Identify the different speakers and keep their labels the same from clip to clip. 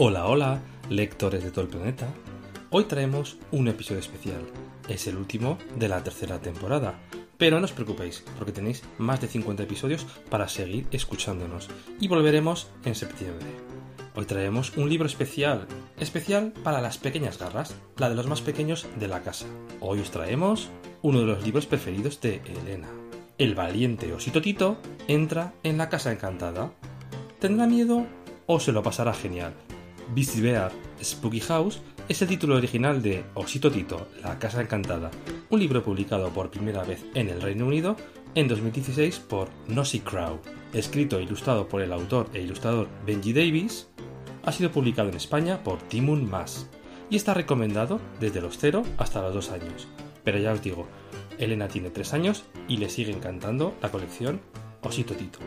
Speaker 1: Hola, hola, lectores de todo el planeta. Hoy traemos un episodio especial. Es el último de la tercera temporada. Pero no os preocupéis, porque tenéis más de 50 episodios para seguir escuchándonos. Y volveremos en septiembre. Hoy traemos un libro especial, especial para las pequeñas garras, la de los más pequeños de la casa. Hoy os traemos uno de los libros preferidos de Elena. El valiente osito Tito entra en la casa encantada. ¿Tendrá miedo o se lo pasará genial? Beastie Bear Spooky House es el título original de Osito Tito, La Casa Encantada, un libro publicado por primera vez en el Reino Unido en 2016 por Nosy Crow, escrito e ilustrado por el autor e ilustrador Benji Davis, ha sido publicado en España por Timun Mas y está recomendado desde los 0 hasta los 2 años. Pero ya os digo, Elena tiene 3 años y le sigue encantando la colección Osito Tito.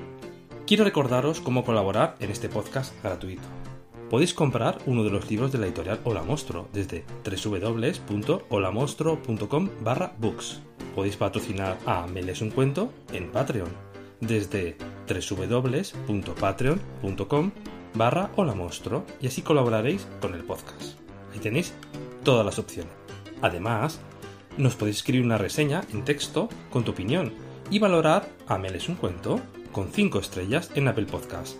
Speaker 1: Quiero recordaros cómo colaborar en este podcast gratuito podéis comprar uno de los libros de la editorial Hola Monstruo desde www.holamonstruo.com barra books. Podéis patrocinar a Meles un cuento en Patreon desde www.patreon.com barra Hola Monstruo y así colaboraréis con el podcast. Ahí tenéis todas las opciones. Además, nos podéis escribir una reseña en texto con tu opinión y valorar a Meles un cuento con 5 estrellas en Apple Podcast.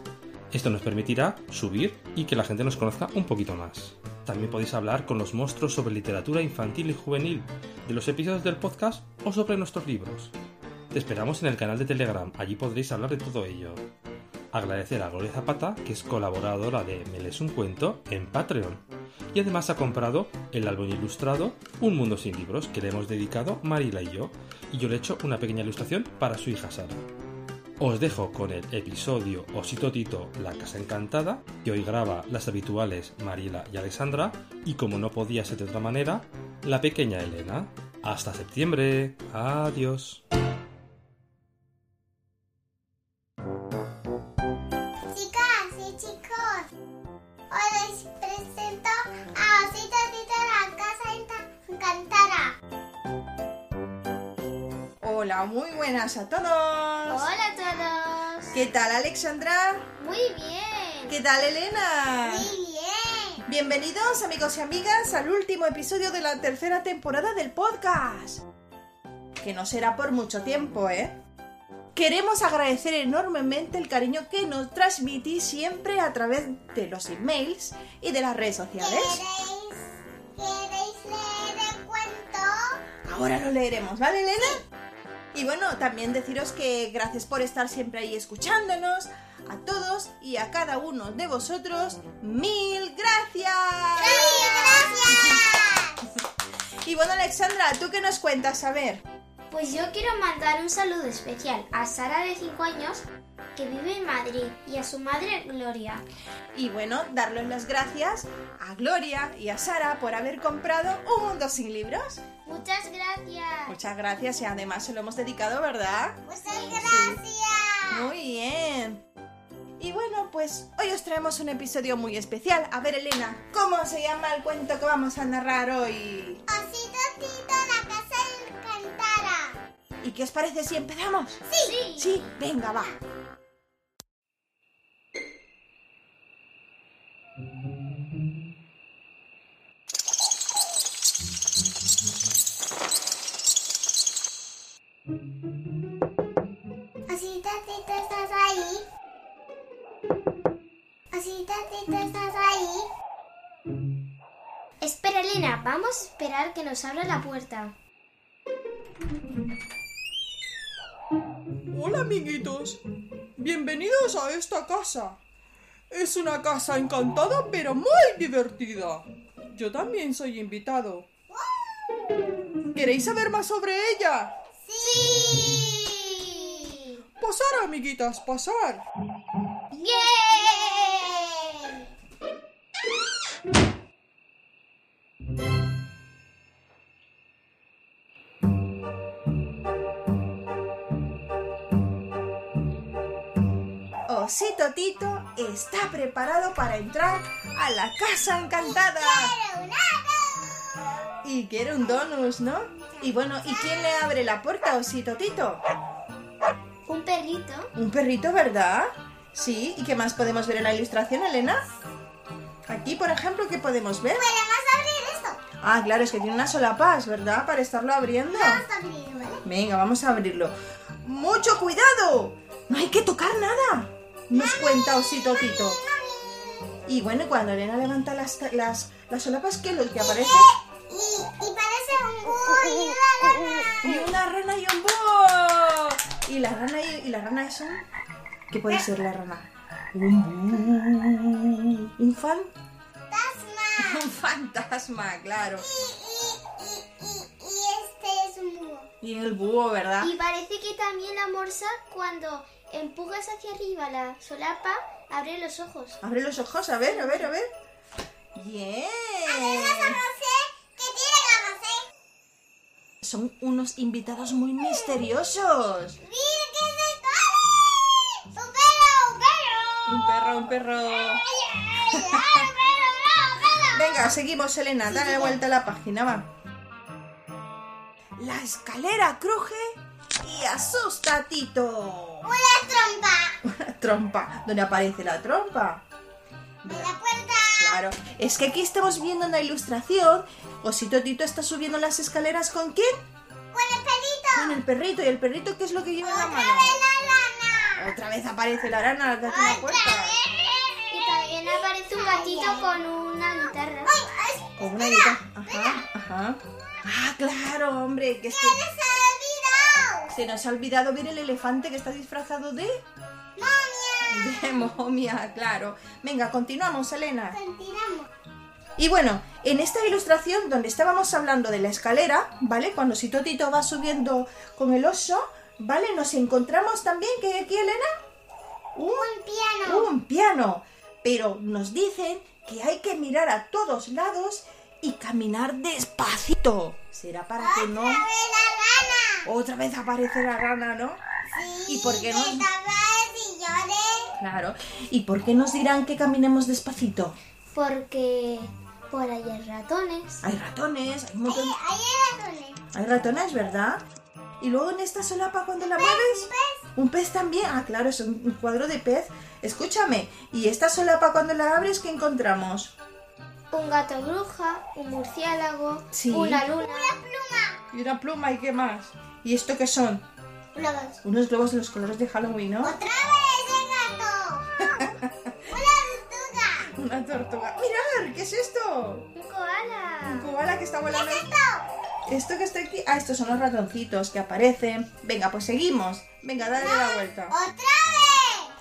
Speaker 1: Esto nos permitirá subir y que la gente nos conozca un poquito más. También podéis hablar con los monstruos sobre literatura infantil y juvenil, de los episodios del podcast o sobre nuestros libros. Te esperamos en el canal de Telegram, allí podréis hablar de todo ello. Agradecer a Gloria Zapata, que es colaboradora de Me lees un cuento en Patreon. Y además ha comprado el álbum ilustrado Un Mundo sin Libros, que le hemos dedicado Marila y yo, y yo le he hecho una pequeña ilustración para su hija Sara. Os dejo con el episodio Osito Tito, la casa encantada, que hoy graba las habituales Mariela y Alexandra, y como no podía ser de otra manera, la pequeña Elena. Hasta septiembre. Adiós.
Speaker 2: Chicas y chicos, hoy les presento a Osito Tito la casa Enca- encantada.
Speaker 3: Hola, muy buenas a todos.
Speaker 4: Hola a todos.
Speaker 3: ¿Qué tal Alexandra?
Speaker 4: Muy bien.
Speaker 3: ¿Qué tal Elena?
Speaker 2: Muy bien.
Speaker 3: Bienvenidos amigos y amigas al último episodio de la tercera temporada del podcast. Que no será por mucho tiempo, ¿eh? Queremos agradecer enormemente el cariño que nos transmitís siempre a través de los emails y de las redes sociales.
Speaker 2: ¿Queréis, ¿Queréis leer el cuento?
Speaker 3: Ahora lo leeremos, ¿vale, Elena? Y bueno, también deciros que gracias por estar siempre ahí escuchándonos. A todos y a cada uno de vosotros, mil gracias.
Speaker 2: ¡Gracias!
Speaker 3: Y bueno, Alexandra, ¿tú qué nos cuentas? A ver.
Speaker 4: Pues yo quiero mandar un saludo especial a Sara de 5 años que vive en Madrid y a su madre Gloria.
Speaker 3: Y bueno, darles las gracias a Gloria y a Sara por haber comprado Un Mundo Sin Libros.
Speaker 4: Muchas gracias.
Speaker 3: Muchas gracias y además se lo hemos dedicado, ¿verdad?
Speaker 2: Muchas gracias.
Speaker 3: Muy bien. Y bueno, pues hoy os traemos un episodio muy especial. A ver, Elena, ¿cómo se llama el cuento que vamos a narrar hoy?
Speaker 2: Osito Tito la casa encantada.
Speaker 3: ¿Y qué os parece si empezamos?
Speaker 4: Sí.
Speaker 3: Sí, venga, va.
Speaker 2: Osito Tito, ¿estás ahí? Osito Tito, ¿estás ahí?
Speaker 4: Espera, Elena, vamos a esperar que nos abra la puerta.
Speaker 5: Hola amiguitos, bienvenidos a esta casa. Es una casa encantada pero muy divertida. Yo también soy invitado. ¿Queréis saber más sobre ella?
Speaker 2: ¡Sí!
Speaker 5: Pasar amiguitas, pasar.
Speaker 2: ¡Bien!
Speaker 3: Osito Tito está preparado para entrar a la casa encantada.
Speaker 2: ¡Pero un aro!
Speaker 3: Y quiere un donus, ¿no? Y bueno, ¿y quién le abre la puerta, Osito Tito?
Speaker 4: Un perrito.
Speaker 3: Un perrito, ¿verdad? Sí, ¿y qué más podemos ver en la ilustración, Elena? Aquí, por ejemplo, ¿qué podemos ver?
Speaker 2: Podemos abrir esto.
Speaker 3: Ah, claro, es que tiene una sola paz, ¿verdad? Para estarlo abriendo.
Speaker 2: Vamos a abrir, ¿vale?
Speaker 3: Venga, vamos a abrirlo. ¡Mucho cuidado! No hay que tocar nada. Nos cuenta Osito Tito. Y bueno, cuando Elena levanta las, ta- las, las solapas, ¿qué es lo que aparece?
Speaker 2: Y, y parece un búho y una rana.
Speaker 3: Y una rana y un búho. Y la rana y, y la rana es un... ¿Qué puede ser la rana? Un búho. Un fan...
Speaker 2: Tasma.
Speaker 3: Un fantasma, claro.
Speaker 2: Y, y, y, y, y este es un búho.
Speaker 3: Y el búho,
Speaker 2: Ah.
Speaker 3: ¿verdad?
Speaker 4: Y parece que también la morsa, cuando empujas hacia arriba la solapa, abre los ojos.
Speaker 3: Abre los ojos, a ver, a ver, a ver. Bien.
Speaker 2: Rosé, que tiene la Rosé.
Speaker 3: Son unos invitados muy misteriosos.
Speaker 2: Mira que es esto. ¡Un perro, un perro!
Speaker 3: Un perro, un perro.
Speaker 2: ¡Ay, ay, ay, un perro, bravo, perro!
Speaker 3: Venga, seguimos, Elena. Dale vuelta a la página, va. La escalera cruje y asusta a Tito.
Speaker 2: Una trompa.
Speaker 3: Una trompa. ¿Dónde aparece la trompa?
Speaker 2: En la puerta.
Speaker 3: Claro, es que aquí estamos viendo en la ilustración. Osito Tito está subiendo las escaleras con quién?
Speaker 2: Con el pelito.
Speaker 3: Con el perrito. ¿Y el perrito qué es lo que lleva en la mano?
Speaker 2: De la lana.
Speaker 3: Otra vez aparece la rana detrás de la puerta.
Speaker 4: Y también aparece un gatito con una guitarra.
Speaker 2: Ay,
Speaker 3: Con una guitarra. Ajá, ajá. Ah, claro, hombre, que es que
Speaker 2: se ha olvidado.
Speaker 3: se nos ha olvidado ver el elefante que está disfrazado de...
Speaker 2: Momia.
Speaker 3: De momia, claro. Venga, continuamos, Elena.
Speaker 2: Continuamos.
Speaker 3: Y bueno, en esta ilustración donde estábamos hablando de la escalera, ¿vale? Cuando Sito Tito va subiendo con el oso, ¿vale? Nos encontramos también que hay aquí, Elena,
Speaker 2: Un piano.
Speaker 3: un piano. Pero nos dicen que hay que mirar a todos lados y caminar despacito. Será para que no...
Speaker 2: De la lana.
Speaker 3: Otra vez aparece la rana, ¿no?
Speaker 2: Sí.
Speaker 3: ¿Y por qué no?
Speaker 2: que tapar y lloré.
Speaker 3: Claro. ¿Y por qué nos dirán que caminemos despacito?
Speaker 4: Porque por ahí hay ratones.
Speaker 3: Hay ratones, hay un montón...
Speaker 2: Eh, Ahí era donde.
Speaker 3: Hay ratones, ¿verdad? Y luego en esta solapa cuando la mueves... Un pez también. Ah, claro, es un un cuadro de pez. Escúchame. ¿Y esta solapa cuando la abres qué encontramos?
Speaker 2: Pues,
Speaker 4: Un gato bruja, un murciélago,
Speaker 3: Sí.
Speaker 4: una luna.
Speaker 3: Y una pluma y qué más. ¿Y esto qué son?
Speaker 2: Globos.
Speaker 3: Unos globos de los colores de Halloween, ¿no?
Speaker 2: Otra vez el gato. Una tortuga.
Speaker 3: Una tortuga. ¡Mirad! ¿Qué es esto?
Speaker 4: Un
Speaker 3: Un
Speaker 4: koala.
Speaker 3: koala que está volando. Esto que está aquí. Ah, estos son los ratoncitos que aparecen. Venga, pues seguimos. Venga, dale la vuelta.
Speaker 2: Otra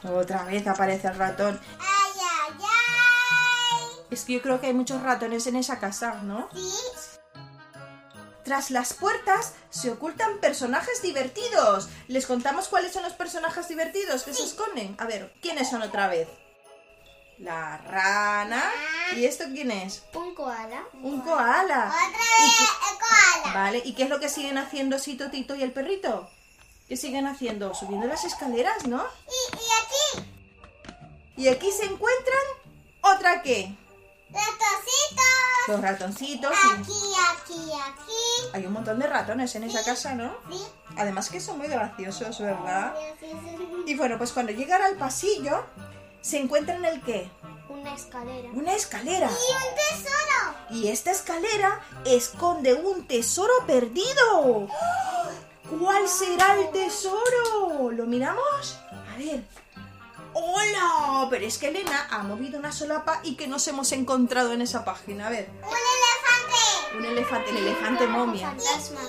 Speaker 2: vez.
Speaker 3: Otra vez aparece el ratón.
Speaker 2: Ay, ay, ay.
Speaker 3: Es que yo creo que hay muchos ratones en esa casa, ¿no?
Speaker 2: Sí.
Speaker 3: Tras las puertas se ocultan personajes divertidos. Les contamos cuáles son los personajes divertidos que se esconden. A ver, ¿quiénes son otra vez? La rana. ¿Y esto quién es?
Speaker 4: Un koala.
Speaker 3: Un koala.
Speaker 2: Otra
Speaker 3: ¿Y
Speaker 2: vez
Speaker 3: qué-
Speaker 2: el koala.
Speaker 3: Vale, ¿y qué es lo que siguen haciendo Sito, Tito y el perrito? ¿Qué siguen haciendo? Subiendo las escaleras, ¿no?
Speaker 2: Y, y aquí,
Speaker 3: Y aquí se encuentran otra qué?
Speaker 2: ratocitos.
Speaker 3: Los ratoncitos. y-
Speaker 2: Aquí, aquí, aquí.
Speaker 3: Hay un montón de ratones en esa casa, ¿no?
Speaker 2: Sí.
Speaker 3: Además que son muy graciosos, ¿verdad?
Speaker 2: Graciosos.
Speaker 3: Y bueno, pues cuando llegan al pasillo, se encuentran el qué?
Speaker 4: Una escalera.
Speaker 3: Una escalera.
Speaker 2: Y un tesoro.
Speaker 3: Y esta escalera esconde un tesoro perdido.
Speaker 2: ¡Oh!
Speaker 3: ¿Cuál será el tesoro? ¿Lo miramos? A ver. ¡Hola! Pero es que Elena ha movido una solapa y que nos hemos encontrado en esa página. A ver,
Speaker 2: Un elefante.
Speaker 3: un elefante, el elefante
Speaker 4: un conejo
Speaker 3: momia.
Speaker 4: fantasma.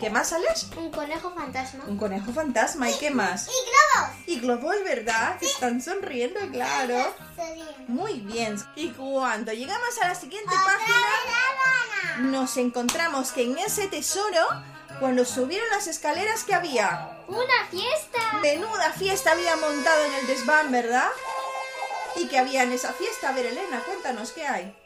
Speaker 3: ¿Qué más sales?
Speaker 4: Un conejo fantasma.
Speaker 3: Un conejo fantasma, ¿y qué más?
Speaker 2: Y globos.
Speaker 3: Y globos, ¿verdad? Que Están sonriendo, claro.
Speaker 2: Otra
Speaker 3: Muy bien. Y cuando llegamos a la siguiente
Speaker 2: vez
Speaker 3: página,
Speaker 2: la lana.
Speaker 3: nos encontramos que en ese tesoro, cuando subieron las escaleras que había,
Speaker 4: ¡Una fiesta!
Speaker 3: menuda fiesta había montado en el desván, ¿verdad? ¿Y que había en esa fiesta? A ver, Elena, cuéntanos, ¿qué hay?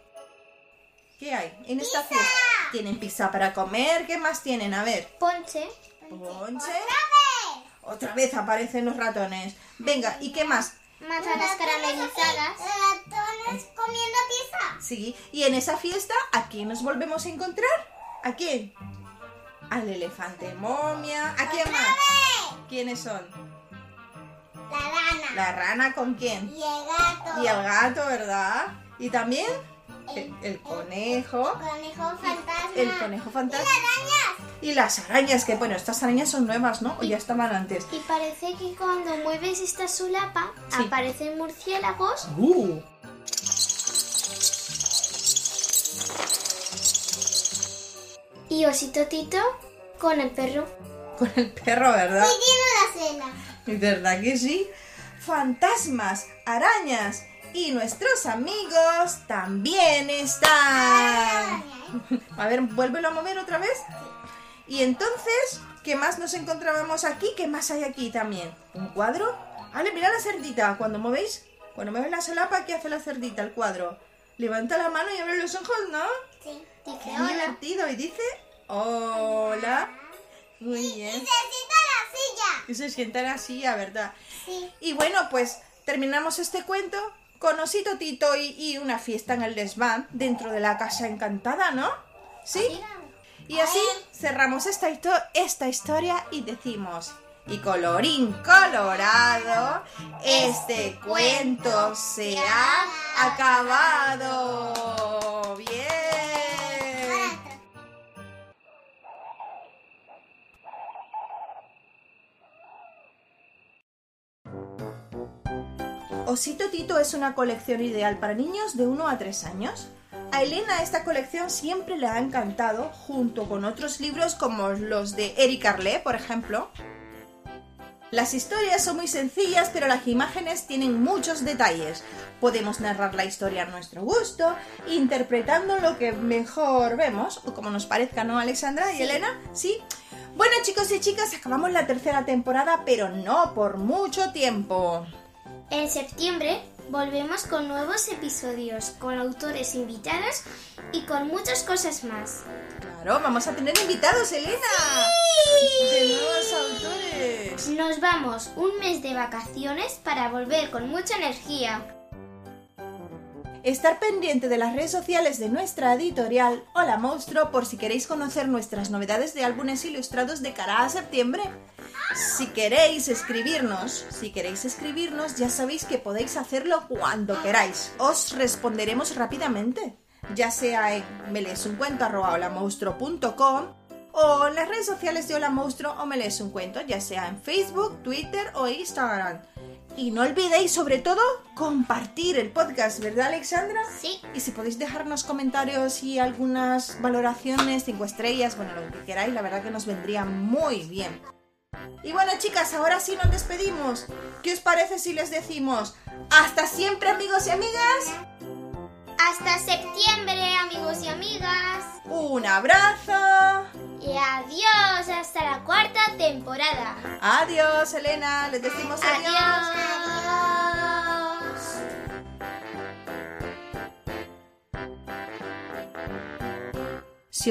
Speaker 3: ¿Qué hay en esta fiesta? Tienen pizza para comer, ¿qué más tienen? A ver.
Speaker 4: Ponche.
Speaker 3: Ponche.
Speaker 2: Otra vez.
Speaker 3: Otra vez aparecen los ratones. Venga, ¿y qué más?
Speaker 4: manzanas caramelizadas.
Speaker 2: Ratones comiendo pizza.
Speaker 3: Sí, y en esa fiesta, ¿a quién nos volvemos a encontrar? ¿A quién? Al elefante momia. ¿A quién más? ¿Quiénes son?
Speaker 2: La lana.
Speaker 3: La rana con quién?
Speaker 2: Y el gato.
Speaker 3: Y el gato, ¿verdad? Y también el, el conejo.
Speaker 2: Conejo fantasma.
Speaker 3: El conejo fantasma.
Speaker 2: Arañas.
Speaker 3: Y las arañas, que bueno, estas arañas son nuevas, ¿no? O ya estaban antes.
Speaker 4: Y parece que cuando mueves esta solapa
Speaker 3: Sí.
Speaker 4: aparecen murciélagos
Speaker 1: ¡Uh!
Speaker 4: y osito tito con el perro.
Speaker 3: Con el perro, ¿verdad?
Speaker 2: Y tiene una cena.
Speaker 3: ¿Y ¿Verdad que sí? Fantasmas, arañas y nuestros amigos también
Speaker 4: Ah.
Speaker 3: están.
Speaker 2: ¿eh?
Speaker 3: A ver, vuélvelo a mover otra vez. Y entonces, ¿qué más nos encontrábamos aquí? ¿Qué más hay aquí también? ¿Un cuadro? Vale, mira la cerdita. Cuando movéis, cuando mueves la solapa, ¿qué hace la cerdita? El cuadro. Levanta la mano y abre los ojos, ¿no?
Speaker 2: Sí.
Speaker 4: Dice,
Speaker 3: Qué
Speaker 4: hola.
Speaker 3: divertido. Y dice, hola. Muy bien.
Speaker 2: Necesita la silla.
Speaker 3: Y se sienta en la silla, ¿verdad?
Speaker 2: Sí.
Speaker 3: Y bueno, pues terminamos este cuento con Osito Tito y, y una fiesta en el desván dentro de la casa encantada, ¿no? Sí. Y así cerramos esta, histo- esta historia y decimos, y colorín colorado, este cuento se ha acabado. Bien.
Speaker 2: Ahora otra.
Speaker 3: Osito Tito es una colección ideal para niños de 1 a 3 años. A Elena esta colección siempre le ha encantado, junto con otros libros como los de Eric Arle, por ejemplo. Las historias son muy sencillas, pero las imágenes tienen muchos detalles. Podemos narrar la historia a nuestro gusto, interpretando lo que mejor vemos, o como nos parezca, ¿no, Alexandra y Elena? Sí. Bueno, chicos y chicas, acabamos la tercera temporada, pero no por mucho tiempo.
Speaker 4: En septiembre volvemos con nuevos episodios, con autores invitados y con muchas cosas más.
Speaker 3: Claro, vamos a tener invitados, Elena. De nuevos autores.
Speaker 4: Nos vamos un mes de vacaciones para volver con mucha energía.
Speaker 3: Estar pendiente de las redes sociales de nuestra editorial Hola Monstruo por si queréis conocer nuestras novedades de álbumes ilustrados de cara a septiembre. Si queréis escribirnos, si queréis escribirnos, ya sabéis que podéis hacerlo cuando queráis. Os responderemos rápidamente, ya sea en meleesuncuento@holamonstruo.com o en las redes sociales de Hola Monstruo o Me Lees un Cuento, ya sea en Facebook, Twitter o Instagram. Y no olvidéis, sobre todo, compartir el podcast, ¿verdad, Alexandra?
Speaker 4: Sí.
Speaker 3: Y si podéis dejarnos comentarios y algunas valoraciones, cinco estrellas, bueno, lo que queráis, la verdad que nos vendría muy bien. Y bueno, chicas, ahora sí nos despedimos. ¿Qué os parece si les decimos hasta siempre, amigos y amigas?
Speaker 4: Hasta septiembre, amigos y amigas.
Speaker 3: Un abrazo.
Speaker 4: Y adiós hasta la cuarta temporada.
Speaker 3: Adiós, Elena. Les decimos adiós.
Speaker 4: Adiós.
Speaker 3: Si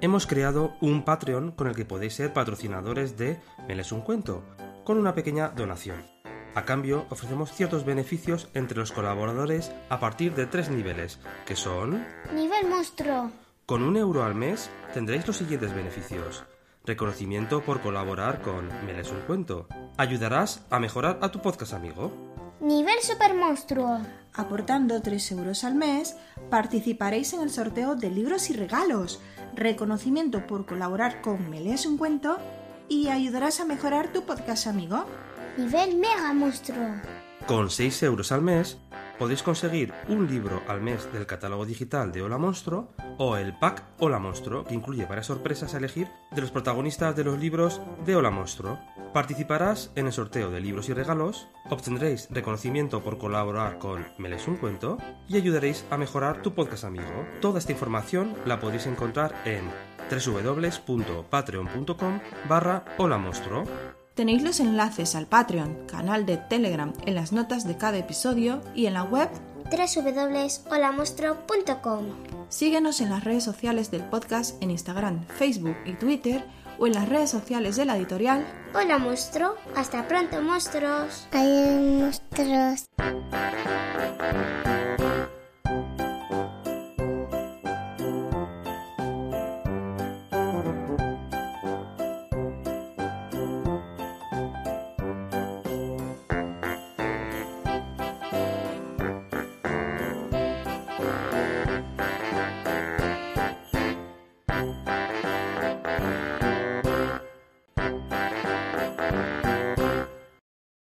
Speaker 1: Hemos creado un Patreon con el que podéis ser patrocinadores de Meles un cuento, con una pequeña donación. A cambio, ofrecemos ciertos beneficios entre los colaboradores a partir de tres niveles, que son...
Speaker 4: Nivel Monstruo.
Speaker 1: Con un euro al mes tendréis los siguientes beneficios. Reconocimiento por colaborar con Me lees un cuento. Ayudarás a mejorar a tu podcast amigo.
Speaker 4: Nivel Super Monstruo.
Speaker 3: Aportando 3 euros al mes, participaréis en el sorteo de libros y regalos, reconocimiento por colaborar con Me Lees un Cuento y ayudarás a mejorar tu podcast amigo.
Speaker 4: Nivel Mega Monstruo.
Speaker 1: Con 6 euros al mes podéis conseguir un libro al mes del catálogo digital de Hola Monstruo o el pack Hola Monstruo, que incluye varias sorpresas a elegir de los protagonistas de los libros de Hola Monstruo. Participarás en el sorteo de libros y regalos, obtendréis reconocimiento por colaborar con Meles un cuento y ayudaréis a mejorar tu podcast amigo. Toda esta información la podéis encontrar en www.patreon.com barra Hola Monstruo.
Speaker 3: Tenéis los enlaces al Patreon, canal de Telegram en las notas de cada episodio y en la web.
Speaker 4: www.holamonstruo.com
Speaker 3: Síguenos en las redes sociales del podcast en Instagram, Facebook y Twitter o en las redes sociales de la editorial
Speaker 4: Hola monstruo, hasta pronto monstruos.
Speaker 2: Hay monstruos.